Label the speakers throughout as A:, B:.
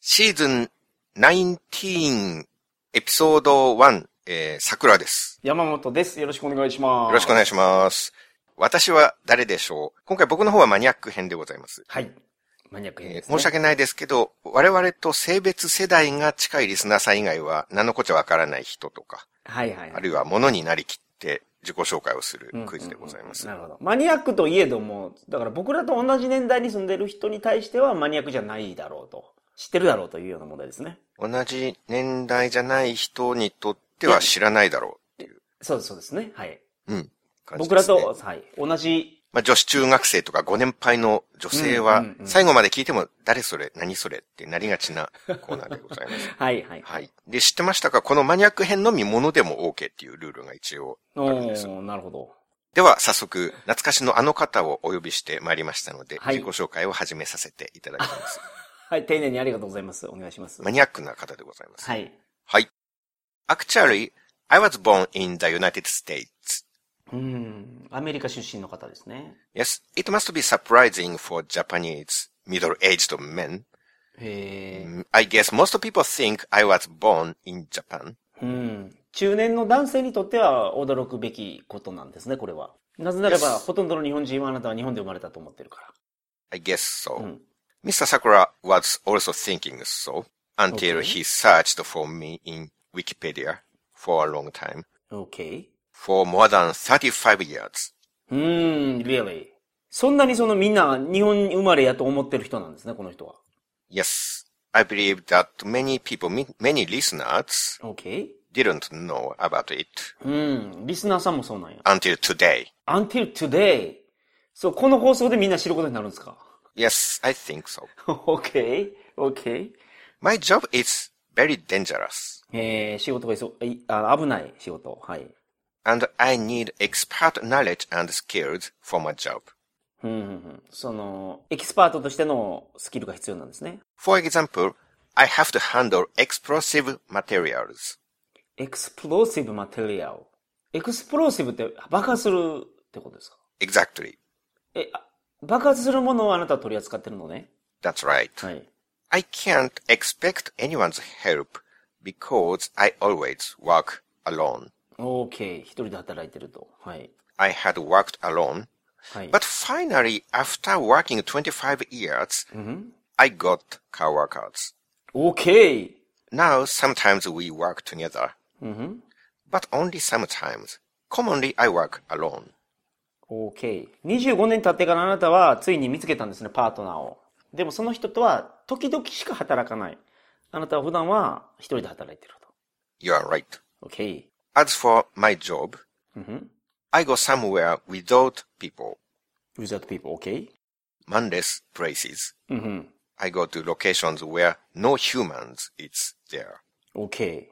A: シーズン19エピソード1、えー、桜です。
B: 山本です。よろしくお願いします。
A: よろしくお願いします。私は誰でしょう今回僕の方はマニアック編でございます。
B: はい。マニアック編
A: え
B: で
A: ー
B: す、ね。
A: 申し訳ないですけど、我々と性別世代が近いリスナーさん以外は、何のこっちゃわからない人とか、
B: はいはい。
A: あるいは物になりきって自己紹介をするクイズでございます。
B: うんうんうんなるほど。マニアックといえども、だから僕らと同じ年代に住んでる人に対してはマニアックじゃないだろうと。知ってるだろうというような問題ですね。
A: 同じ年代じゃない人にとっては知らないだろ
B: そうです、そうですね。はい。
A: う。うん。感じ
B: 僕
A: で
B: ら
A: すね
B: と、はい。同じ、
A: まあ、女子中学生とかご年配の女性
B: うん
A: は
B: うんう、ん
A: 最後まで聞いても、誰それ何それってなりがちなコーナーでございます。
B: はいはい。
A: はい。で、知ってましたかこのマニアック編のみ物でも OK っていうルールが一応あ
B: お
A: るんです。
B: ー、なるほど。
A: では、早速、懐かしのあの方をお呼びしてまいりましたので、
B: はい
A: 自己紹介を始めさせていただき ます。
B: はい、丁寧にありがとうございます。お願いします。
A: マニアックな方でございます。
B: はい。
A: はい。Actually, I was born in the United States.
B: うん。アメリカ出身の方ですね。
A: Yes, it must be surprising for Japanese middle-aged men.
B: へえ。
A: Mm, I guess most people think I was born in Japan.
B: うん。中年の男性にとっては驚くべきことなんですね、これは。なぜなら
A: Yes.
B: ば、ほとんどの日本人はあなたは日本で生まれたと思ってるか
A: I guess
B: ら。う
A: so.
B: ん。
A: Mr. Sakura was also thinking so until
B: Okay.
A: he searched for me in Wikipedia for a long time,
B: OK?
A: for more than 35 years.
B: うーん、really? そんなにそのみんな日本生まれやと思ってる人なんですね、この人は。
A: Yes, I believe that many people, mi- many listeners
B: OK?
A: didn't know about it
B: うん。リスナーさんもそうなんや。
A: until today.
B: until today. そう、この放送でみんな知ることになるんですか
A: Yes, I think so.
B: ?OK? OK?
A: My job is very dangerous
B: えー、仕事がいそう、いあ危ない仕事。はい。
A: and I need expert knowledge and skills for my job.
B: うんうんうん。その、エキスパートとしてのスキルが必要なんですね。
A: For example, I have to handle explosive materials.
B: エクスプローシブマテリアル。エクスプローシブって爆発するってことですか
A: Exactly.
B: え、あ爆発するものをあなたは取り扱ってるのね
A: That's right.
B: はい。
A: I can't expect anyone's help because I always work alone.
B: OK。一人で働いてると。はい。
A: I had worked alone.
B: はい。
A: But finally, after working 25 years, I got coworkers.
B: OK!
A: Now, sometimes we work together. But only sometimes. Commonly, I work alone.
B: OK。25年経ってからあなたはついに見つけたんですね、パートナーを。でもその人とは時々しか働かない。あなたは普段は一人で働いてる
A: You are right.
B: と。OK。
A: As for my job, I go somewhere without people.
B: without people, OK?
A: manless places. I go to locations where no humans is there.
B: OK。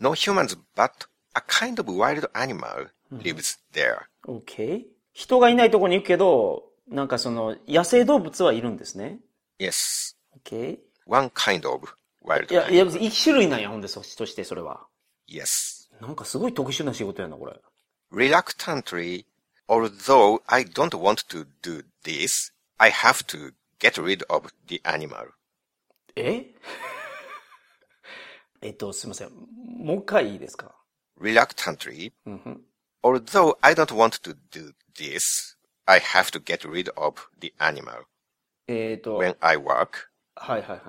A: No humans, but a kind of wild animal lives there.
B: OK? 人がいないとこに行くけど、なんかその、野生動物はいるんですね。
A: Yes,
B: OK?
A: one kind of wild
B: いや、い
A: animal.
B: や、一種類なんや、ほんで、そとしてそれは。
A: Yes.
B: なんかすごい特殊な仕事やな、これ。
A: Reluctantly, although I don't want to do this, I have to get rid of the animal.
B: え えっと、すいません。もう一回いいですか
A: Reluctantly,
B: うんふん。
A: although I don't want to do this, I have to get rid of the animal
B: えっと、はい
A: when I work.
B: はいはい。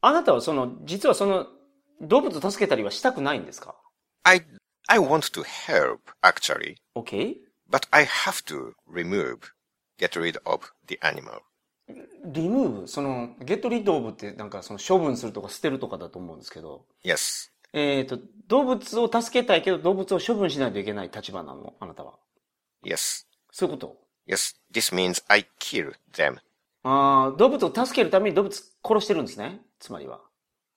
B: あなたはその、実はその、動物を助けたりはしたくないんですか
A: I I want to help actually,
B: ?OK?
A: but I have to remove, get rid of the animal.
B: リムーブ、その、ゲットリドーブってなんかその処分するとか捨てるとかだと思うんですけど、
A: Yes,
B: えっと、動物を助けたいけど動物を処分しないといけない立場なのあなたは。
A: yes,
B: そういうこと
A: yes. This means I kill them.
B: ああ、動物を助けるために動物殺してるんですね。つまりは。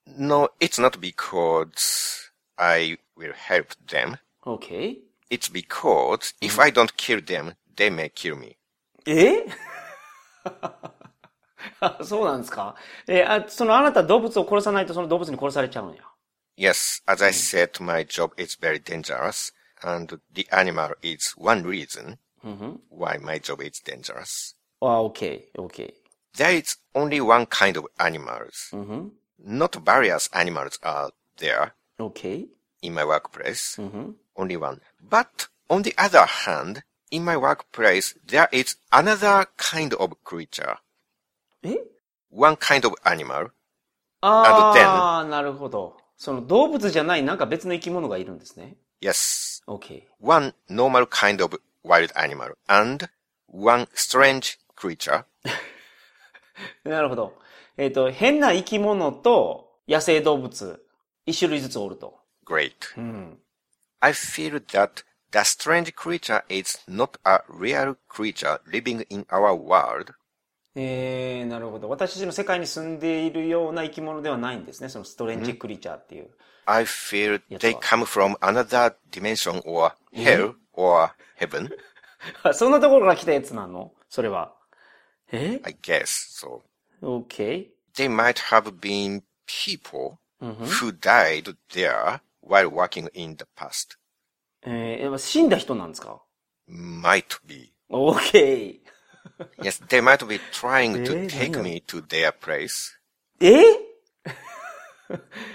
A: No, it's not because I will help them.
B: OK?
A: It's because if I don't kill them, they may kill me.
B: え あそうなんですかえあ、そのあなた動物を殺さないとその動物に殺されちゃうんや。
A: Yes, as I said, my job is very dangerous, and the animal is one reason why my job is dangerous.
B: あ、OK、OK。
A: There is only one kind of animals. Not various animals are there
B: Okay.
A: in my workplace,
B: Mm-hmm.
A: only one. But on the other hand, in my workplace, there is another kind of creature,
B: え
A: one kind of animal.
B: ああ、なるほど。その動物じゃないなんか別の生き物がいるんですね。
A: Yes,
B: OK。
A: one normal kind of wild animal and one strange creature.
B: なるほど。えっ、と、変な生き物と野生動物、一種類ずつおると。
A: Great.
B: うん。
A: I feel that the strange creature is not a real creature living in our world.
B: えー、なるほど。私たちの世界に住んでいるような生き物ではないんですね。そのストレンジクリーチャーっていう。
A: I feel
B: Yes,
A: they
B: sir.
A: come from another dimension or hell or heaven,
B: あそんなところから来たやつなのそれは。え
A: I guess. So
B: ?OK。
A: they might have been people
B: Mhm.
A: who died there while working in the past.
B: えー、やっぱ死んだ人なんですか
A: Might be.
B: ?OK。
A: Yes, they might be trying
B: Eh,
A: to take
B: hang on.
A: me to their place.
B: えー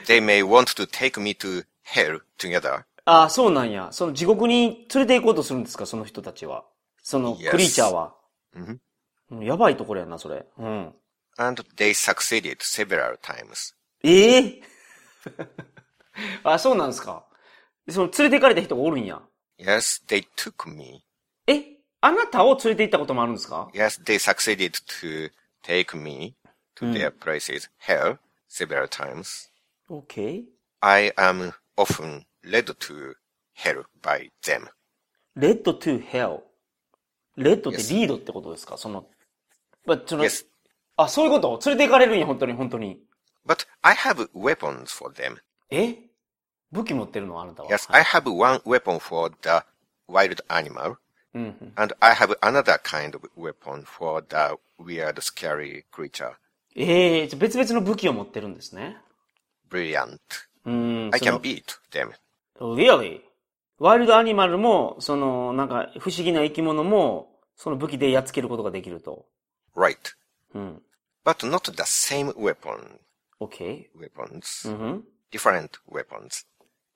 A: They may want to take me to hell together.
B: ああ、そうなんや。その地獄に連れて行こうとするんですかその人たちは。そのクリーチャーは。
A: Mhm.
B: うんやばいところやな、それ。うん。
A: And they succeeded several times.
B: ええ あ、そうなんですか。その連れて行かれた人がおるんや。
A: Yes, they took me.
B: え、あなたを連れて行ったこともあるんですか
A: Yes, they succeeded to take me to their places, hell, several times.
B: ?OK。
A: I am often led to hell by them.
B: red to hell. レッドってリードってことですかその、まあ、その
A: Yes.
B: あ、そういうこと連れて行かれるんや、本当に、本当に。
A: But I have weapons for them.
B: え武器持ってるのあなたは。
A: Yes, I have one weapon for the wild animal,
B: うんうん。
A: and I have another kind of weapon for the weird, scary creature.
B: ええじゃあ別々の武器を持ってるんですね。
A: Brilliant.
B: うーん。
A: I
B: そ
A: can
B: の
A: beat them.
B: Really? ワイルドアニマルも、その、なんか、不思議な生き物も、その武器でやっつけることができると。
A: Right.
B: うん。
A: But not the same weapon.
B: OK?
A: Weapons.
B: うんふん。
A: Different weapons.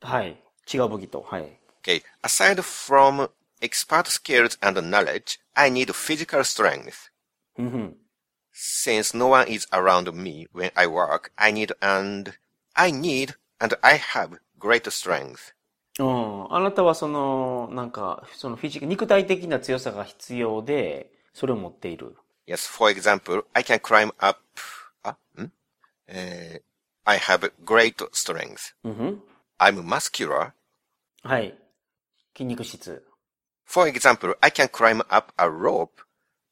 B: はい。違う武器と。はい。
A: Okay, aside from expert skills and knowledge, I need physical strength.
B: うんふん。
A: Since no one is around me when I work, I need and I need and I have great strength.
B: うん。あなたはその、なんか、そのフィジカ肉体的な強さが必要で、それを持っている。
A: Yes, for example, I can climb up. Ah, hmm? Eh, I have great strength.
B: うんふん。
A: I'm muscular.
B: はい。筋肉質。
A: For example, I can climb up a rope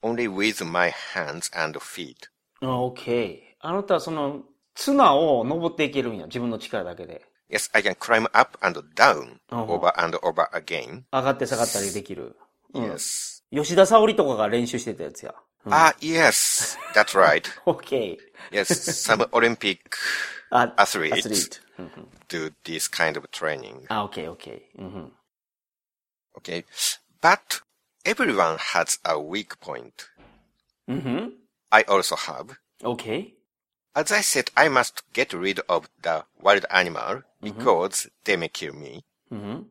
A: only with my hands and feet.
B: あ OK。あなたはその、綱を登っていけるんや。自分の力だけで。
A: Yes, I can climb up and down
B: Uh-huh.
A: over and over again.
B: 上がって下がったりできる。うん。
A: Yes.
B: 吉田沙織とかが練習してたやつや。
A: Ah, yes, that's right.
B: OK。
A: Yes, some Olympic
B: あ、
A: アスリート
B: アスリート。うんうん
A: do this kind of training.
B: あ、OK、OK。うんうん
A: Okay. But everyone has a weak point.
B: うんうん。
A: I also have.
B: OK?
A: As I said, I must get rid of the wild animal because they may kill me.
B: うんうん。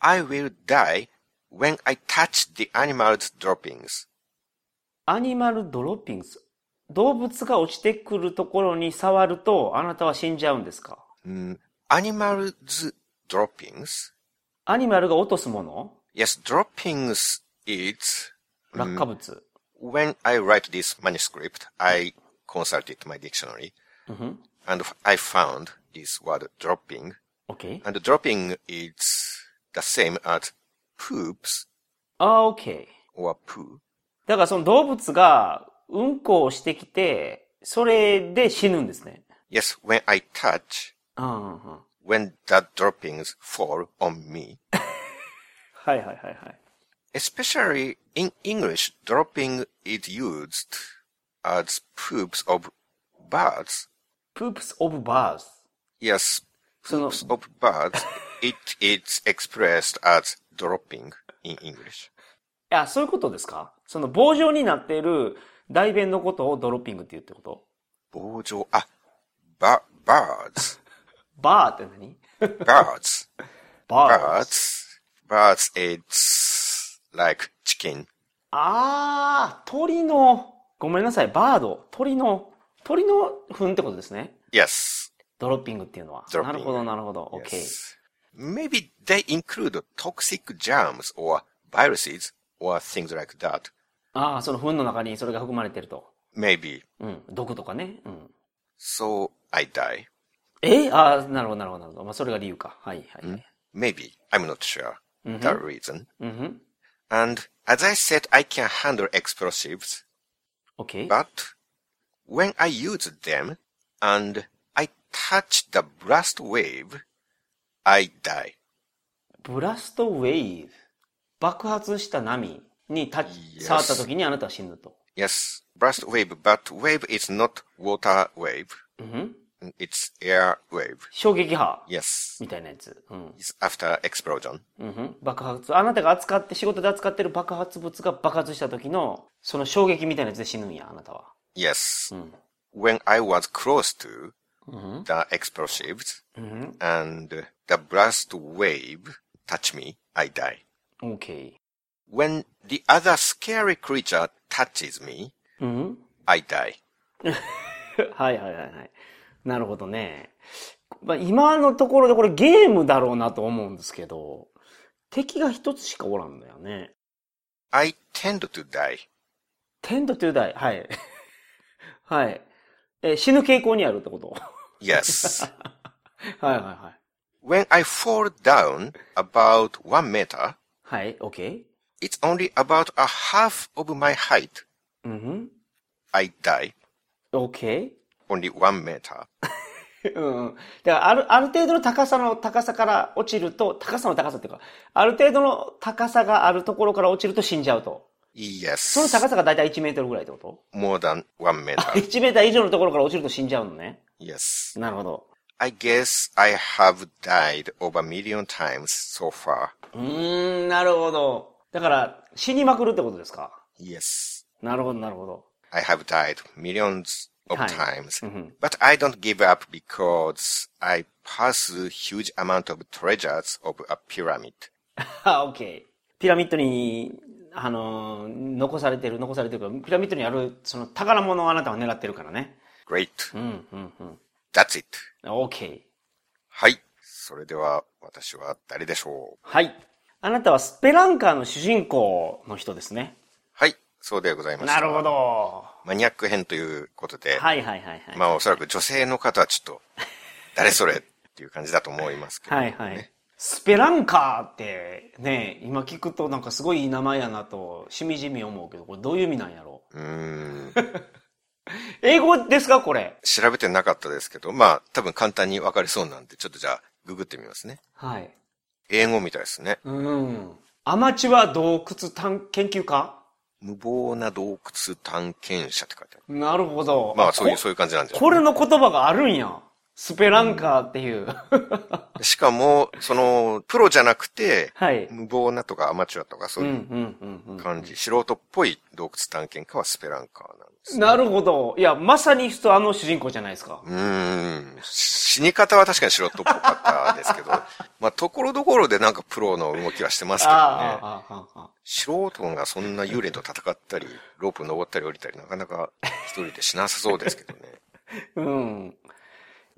A: I will die when I touch the animal's droppings.
B: アニマルドロッピングス。動物が落ちてくるところに触ると、あなたは死んじゃうんですか
A: Mm, animal's droppings?
B: アニマルが落とすもの
A: Yes, droppings is
B: 落下物。
A: when I write this manuscript, I consulted my dictionary and I found this word dropping.
B: OK?
A: And dropping is the same as poops
B: あ、OK。
A: or poo.
B: だからその動物がうんこをしてきて、それで死ぬんですね。
A: Yes, when I touch,
B: うんうんうん。
A: when the droppings fall on me.
B: はいはいはいはい。
A: Especially in English, dropping is used as poops of birds.
B: poops of birds.
A: Yes,
B: その、
A: poops of birds. it is expressed as dropping in English.
B: いや、そういうことですかその棒状になっている大便のことをドロッピングって言うってこと
A: ah, 棒状、あ、ば、 birds.
B: バーって何
A: Birds.
B: バー。
A: Birds. Birds it's like chicken.
B: あー、鳥の、ごめんなさい、バード、鳥の、鳥の糞ってことですね。
A: Yes.
B: ドロッピングっていうのは。
A: ドロッ
B: な
A: ピン
B: る
A: グ
B: ほど、なるほど。OK。
A: Yes. Maybe they include toxic germs or viruses or things like that.
B: ああ、その糞の中にそれが含まれてると。
A: Maybe.
B: うん。毒とかね。うん。
A: So I die.
B: えああ、なるほど、なるほど、なるほど。まあ、それが理由か。はい、はい。はい
A: Maybe. I'm not sure. The reason.
B: うんふん。
A: And as I said, I can handle explosives,
B: OK。
A: but when I use them and I touch the blast wave, I die.
B: ブラストウェイブ。爆発した波にた
A: Yes
B: 触った時にあなたは死ぬと。
A: Yes, blast wave, but wave is not water wave.
B: うんふん。
A: It's air wave.
B: 衝撃波
A: Yes,
B: みたいなやつ。うん。
A: it's after explosion.
B: うんふん。爆発。あなたが扱って、仕事で扱ってる爆発物が爆発した時の、その衝撃みたいなやつで死ぬんや、あなたは。
A: Yes,
B: うん。
A: when I was close to
B: うんふん。
A: the explosives
B: うんふん。
A: and the blast wave touch me, I die.
B: OK。
A: When the other scary creature touches me,
B: うんふん。
A: I die.
B: はいはいはいはい。なるほどね。まあ、今のところでこれゲームだろうなと思うんですけど、敵が一つしかおらんだよね。
A: I tend to die.
B: テントトゥダイ。はい。 はい。え、死ぬ傾向にあるってこと
A: Yes.
B: はいはいはい。
A: when I fall down about one meter,
B: はい、OK?
A: it's only about a half of my height.
B: うんふん。
A: I die.
B: OK?
A: Only one meter.
B: うんうん。だから、ある、ある程度の高さの高さから落ちると、高さの高さっていうか、ある程度の高さがあるところから落ちると死んじゃうと。その
A: Yes.
B: 高さがだいたい1メートルぐらいってこと
A: More than one meter.
B: ?1 メーター以上のところから落ちると死んじゃうのね。
A: yes.
B: なるほど。
A: I guess I have died over a million times so far.
B: うーん、なるほど。だから、死にまくるってことですか
A: Yes.
B: なるほど、なるほど。
A: I have died millions of
B: Time.
A: times.
B: Mhm.
A: But I don't give up because I pursue huge amount of treasures of a pyramid.
B: あ、オッケー。ピラミッドに、あのー残されてる、残されてるから、ピラミッドにある、その宝物をあなたは狙ってるからね。
A: Great.
B: うん、うん、うん。
A: That's it.
B: オッケー。
A: はい。それでは私は誰でしょう
B: はい。あなたはスペランカーの主人公の人ですね。
A: はい。そうでございました。
B: なるほ。ど。
A: マニアック編ということで。
B: はいはいはいはい。
A: まあおそらく女性の方はちょっと、誰それっていう感じだと思いますけど。
B: はいはい。スペランカーってね、今聞くとなんかすごいいい名前やなと、しみじみ思うけど、これどういう意味なんやろ
A: うーん。
B: う。英語ですかこれ。
A: 調べてなかったですけど、まあ多分簡単にわかりそうなんで、ちょっとじゃあググってみますね。
B: はい。
A: 英語みたいですね。
B: うん。アマチュア洞窟探研究家
A: 無謀な洞窟探検者って書いてある。
B: なるほど。
A: まあそういう、
B: こ
A: そういう感じなんでしょうね
B: これの言葉があるんや。スペランカーっていう。
A: しかも、その、プロじゃなくて、
B: はい。
A: 無謀なとかアマチュアとかそう
B: うんう
A: いうん
B: うんうん。
A: 感じ、素人っぽい洞窟探検家はスペランカーなんです。
B: なるほど。いや、まさに人、あの主人公じゃないですか。
A: うーん。死に方は確かに素人っぽかったです けど、まあ、ところどころでなんかプロの動きはしてますけどね。
B: ああ、ああ、ああ。
A: 素人がそんな幽霊と戦ったり、ロープ登ったり降りたり、なかなか一人でしなさそうですけどね。
B: うん。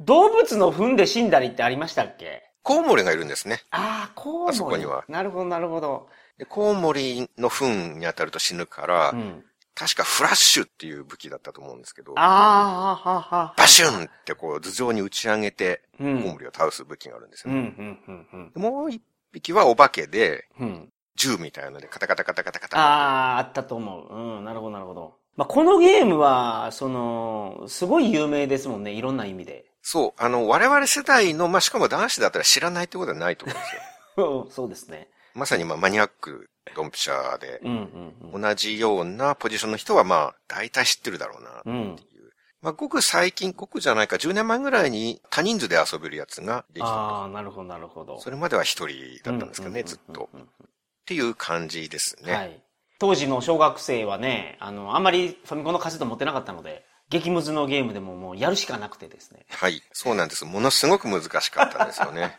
B: 動物の糞で死んだりってありましたっけ
A: コウモリがいるんですね。
B: ああ、コウモリ。
A: あそこには
B: なるほど、なるほど。
A: で、コウモリの糞に当たると死ぬから、
B: うん。
A: 確かフラッシュっていう武器だったと思うんですけど、バ
B: ああ、ははは。
A: シュンってこう頭上に打ち上げて、コウ
B: うん
A: モリを倒す武器があるんです
B: う
A: よ
B: ん、う
A: ね。
B: ん、うん、うん。
A: でもう一匹はお化けで、
B: うん。
A: 銃みたいのでカタカタカタカタカタ。
B: ああ、あったと思う。うん、なるほど、なるほど。まあ、このゲームは、その、すごい有名ですもんね。いろんな意味で。
A: そう、あの、我々世代の、まあ、しかも男子だったら知らないってことはないと思うんですよ。
B: うんそうですね。
A: まさにまあマニアック、ドンピシャーで、
B: うん、うん、
A: 同じようなポジションの人はまあ、大体知ってるだろうな。
B: うん。うん。
A: まあ、ごく最近、ごくじゃないか、10年前ぐらいに他人数で遊べるやつができた。
B: ああ、なるほど、なるほど。
A: それまでは一人だったんですけどね、
B: うん
A: ずっと。っていう感じですね。
B: はい。当時の小学生はね、あの、あんまりファミコンのカセット持ってなかったので、激ムズのゲームでももうやるしかなくてですね。
A: はい。そうなんです。ものすごく難しかったんですよね。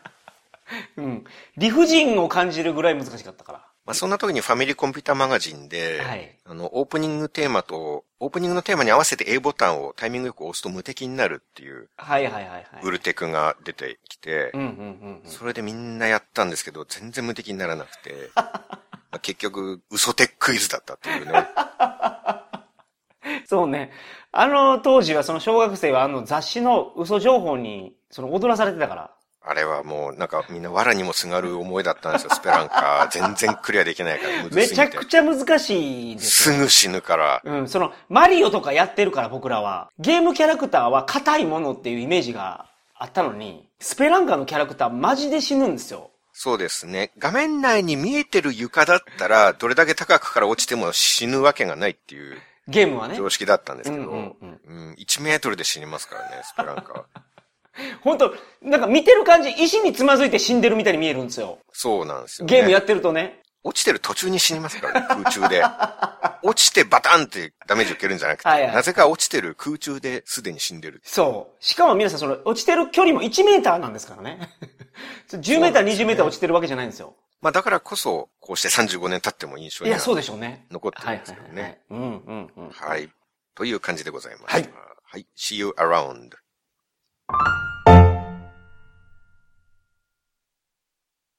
B: うん。理不尽を感じるぐらい難しかったから。
A: まあ、そんな時にファミリーコンピューターマガジンで、
B: はい
A: あの、オープニングテーマと、オープニングのテーマに合わせて A ボタンをタイミングよく押すと無敵になるっていう、
B: はいはいはいはい。
A: ウルテクが出てきて、
B: うんうんうんうん。
A: それでみんなやったんですけど、全然無敵にならなく て、まあ結局、嘘テックイズだったっていうね。
B: そうね。あの当時はその小学生はあの雑誌の嘘情報にその踊らされてたから。
A: あれはもう、なんかみんな藁にもすがる思いだったんですよ、スペランカ。全然クリアできないから、むず
B: め
A: す
B: ちゃ
A: ぎて
B: く。ちゃ難しいです。
A: すぐ死ぬから、
B: うん、その、マリオとかやってるから僕らは、ゲームキャラクターは硬いものっていうイメージがあったのに、スペランカのキャラクターマジで死ぬんですよ。
A: そうですね。画面内に見えてる床だったら、どれだけ高くから落ちても死ぬわけがないっていう
B: ゲームはね。
A: 常識だったんですけど、
B: う
A: うん
B: うん
A: ん
B: うん
A: 1メートルで死にますからね、スペランカは。
B: ほんと、なんか見てる感じ、石につまずいて死んでるみたいに見えるんですよ。
A: そうなんですよ、ね。
B: ゲームやってるとね。
A: 落ちてる途中に死にますからね、空中で。落ちてバタンってダメージ受けるんじゃなくて、
B: はいはい
A: なぜか落ちてる空中ですでに死んでる。
B: そう。しかも皆さん、その、落ちてる距離も1メーターなんですからね。10メーター、20メーター落ちてるわけじゃないんですよ。
A: まあだからこそ、こうして35年経っても印象
B: い
A: に
B: や、そう
A: は
B: でしょうね。
A: 残って
B: は
A: る
B: い
A: んで
B: は
A: すけ
B: い
A: ど
B: は
A: ね
B: い。。うんうんうん。
A: はい。という感じでございました。
B: はい
A: はい。See you around.